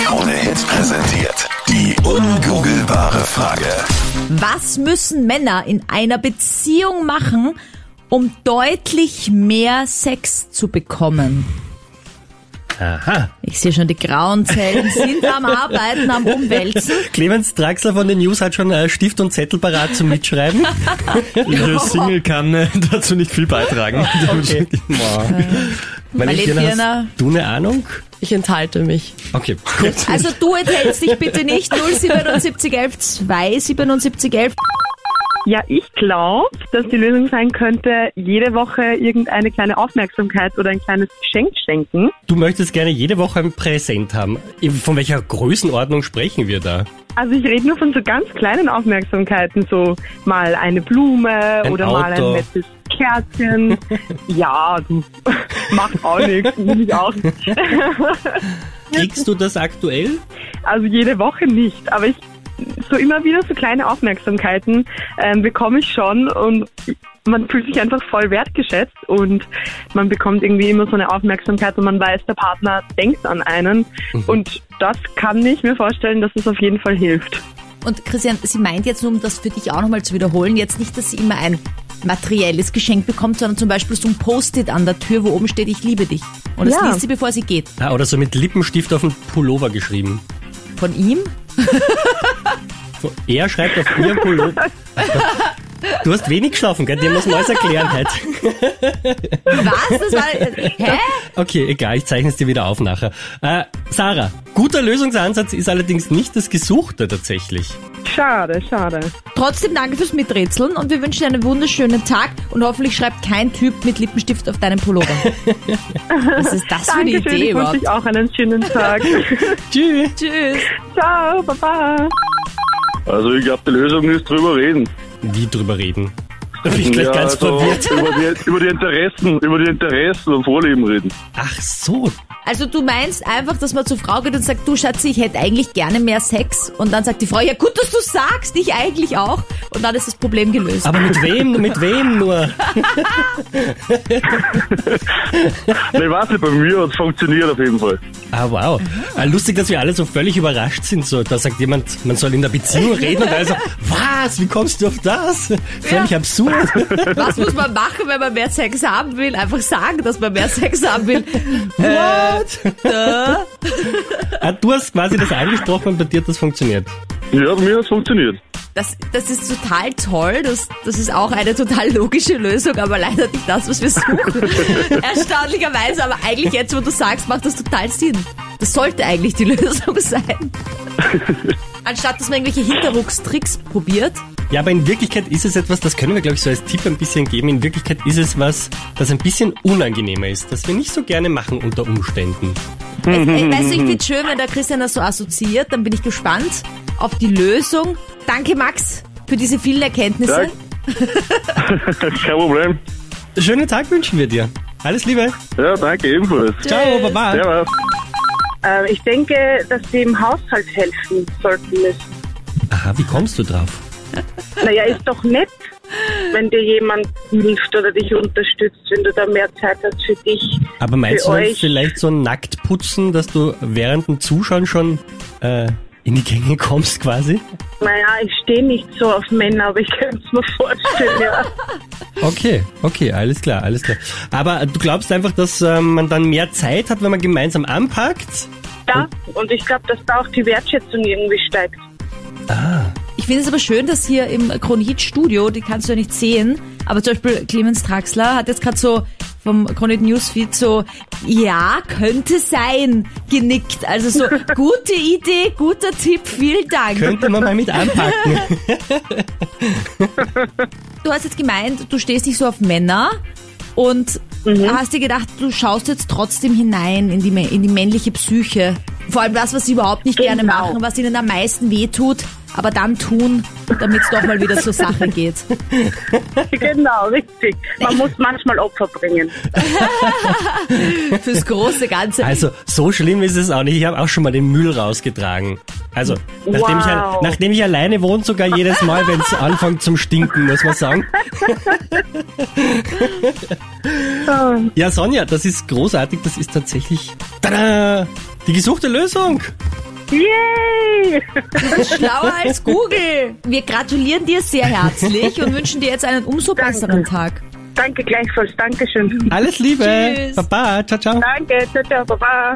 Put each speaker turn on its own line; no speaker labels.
Krone Hits präsentiert. Die ungoogelbare Frage.
Was müssen Männer in einer Beziehung machen, um deutlich mehr Sex zu bekommen?
Aha.
Ich sehe schon, die grauen Zellen sind am Arbeiten, am Umwälzen.
Clemens Draxler von den News hat schon äh, Stift und Zettel parat zum Mitschreiben.
Ihre Single kann äh, dazu nicht viel beitragen.
Okay. Äh, Meine
Marlene
Lieben,
Pirner.
hast du eine Ahnung?
Ich enthalte mich.
Okay, gut.
Also du enthältst dich bitte nicht 07711 27711.
Ja, ich glaube, dass die Lösung sein könnte, jede Woche irgendeine kleine Aufmerksamkeit oder ein kleines Geschenk schenken.
Du möchtest gerne jede Woche ein Präsent haben. Von welcher Größenordnung sprechen wir da?
Also ich rede nur von so ganz kleinen Aufmerksamkeiten, so mal eine Blume oder mal
Auto.
ein nettes Kerzchen. ja, du, macht auch nichts, nehme ich auch.
Kriegst du das aktuell?
Also jede Woche nicht, aber ich so immer wieder so kleine Aufmerksamkeiten ähm, bekomme ich schon und man fühlt sich einfach voll wertgeschätzt und man bekommt irgendwie immer so eine Aufmerksamkeit und man weiß, der Partner denkt an einen und das kann ich mir vorstellen, dass es auf jeden Fall hilft.
Und Christian, sie meint jetzt nur, um das für dich auch nochmal zu wiederholen, jetzt nicht, dass sie immer ein materielles Geschenk bekommt, sondern zum Beispiel so ein Post-it an der Tür, wo oben steht, ich liebe dich. Und das
Ja.
liest sie, bevor sie geht.
Ah, oder so mit Lippenstift auf den Pullover geschrieben.
Von ihm?
So, Er schreibt auf ihren Pullover. Du hast wenig geschlafen, gell? Dir muss man alles erklären halt.
Was? Das war, hä?
Okay, egal, ich zeichne es dir wieder auf nachher. Äh, Sarah, guter Lösungsansatz ist allerdings nicht das Gesuchte tatsächlich.
Schade, schade.
Trotzdem danke fürs Miträtseln und wir wünschen dir einen wunderschönen Tag und hoffentlich schreibt kein Typ mit Lippenstift auf deinen Pullover. Was ist das für eine
Dankeschön,
Idee
ich wünsche
überhaupt?
euch auch einen schönen Tag.
Tschüss.
Tschüss.
Ciao, baba.
Also ich glaube, die Lösung ist drüber reden.
Wie drüber reden? Da bin ich gleich
Ja,
ganz
also
verwirrt.
Über die, über die Interessen, über die Interessen und Vorlieben reden.
Ach so.
Also du meinst einfach, dass man zur Frau geht und sagt, du Schatzi, ich hätte eigentlich gerne mehr Sex und dann sagt die Frau, ja gut, dass du sagst, ich eigentlich auch und dann ist das Problem gelöst.
Aber mit wem, mit wem nur?
Ich weiß nicht, bei mir hat es funktioniert auf jeden Fall.
Ah, wow. Ah, Lustig, dass wir alle so völlig überrascht sind. So, da sagt jemand, man soll in der Beziehung reden und alle so, was, wie kommst du auf das? Völlig absurd.
Was muss man machen, wenn man mehr Sex haben will? Einfach sagen, dass man mehr Sex haben will.
What? ah, du hast quasi das angesprochen und bei dir hat das funktioniert.
Ja, bei mir hat es funktioniert.
Das, das ist total toll. Das, das ist auch eine total logische Lösung, aber leider nicht das, was wir suchen. Erstaunlicherweise, aber eigentlich jetzt, wo du sagst, macht das total Sinn. Das sollte eigentlich die Lösung sein. Anstatt dass man irgendwelche Hinterruckstricks probiert.
Ja, aber in Wirklichkeit ist es etwas, das können wir, glaube ich, so als Tipp ein bisschen geben. In Wirklichkeit ist es was, das ein bisschen unangenehmer ist, das wir nicht so gerne machen unter Umständen.
Ey, weißt du, ich find's schön, wenn der Christian das so assoziiert, dann bin ich gespannt auf die Lösung. Danke, Max, für diese vielen Erkenntnisse.
Danke. Kein Problem.
Schönen Tag wünschen wir dir. Alles Liebe.
Ja, danke ebenfalls.
Ciao, Baba.
Servus.
Ähm, Ich denke, dass sie im Haushalt helfen sollten müssen.
Aha, wie kommst du drauf?
Naja, ist doch nett, wenn dir jemand hilft oder dich unterstützt, wenn du da mehr Zeit hast für dich.
Aber meinst
für
du dann
euch.
vielleicht so ein Nacktputzen, dass du während dem Zuschauen schon äh, in die Gänge kommst quasi?
Naja, ich stehe nicht so auf Männer, aber ich könnte es mir vorstellen, ja.
Okay, okay, alles klar, alles klar. Aber äh, du glaubst einfach, dass äh, man dann mehr Zeit hat, wenn man gemeinsam anpackt?
Ja, und ich glaube, dass da auch die Wertschätzung irgendwie steigt.
Ich finde es aber schön, dass hier im Kronhit-Studio, die kannst du ja nicht sehen, aber zum Beispiel Clemens Traxler hat jetzt gerade so vom Kronhit Newsfeed so, ja, könnte sein, genickt. Also so, gute Idee, guter Tipp, vielen Dank.
Könnte man mal mit anpacken.
Du hast jetzt gemeint, du stehst nicht so auf Männer und hast dir gedacht, du schaust jetzt trotzdem hinein in die, mä- in die männliche Psyche. Vor allem das, was sie überhaupt nicht gerne
Genau.
machen, was ihnen am meisten wehtut, aber dann tun, damit es doch mal wieder zur Sache geht.
Genau, richtig. Man muss manchmal Opfer bringen.
Fürs große Ganze.
Also, so schlimm ist es auch nicht. Ich habe auch schon mal den Müll rausgetragen. Also, nachdem, ich, al-
Wow.
nachdem ich alleine wohne, sogar jedes Mal, wenn es anfängt zum Stinken, muss man sagen. ja, Sonja, das ist großartig. Das ist tatsächlich tada, die gesuchte Lösung.
Yay!
Schlauer als Google. Wir gratulieren dir sehr herzlich und wünschen dir jetzt einen umso besseren Tag.
Danke gleichfalls, Dankeschön.
Alles Liebe.
Tschüss.
Baba. Ciao, ciao.
Danke, ciao, ciao, baba.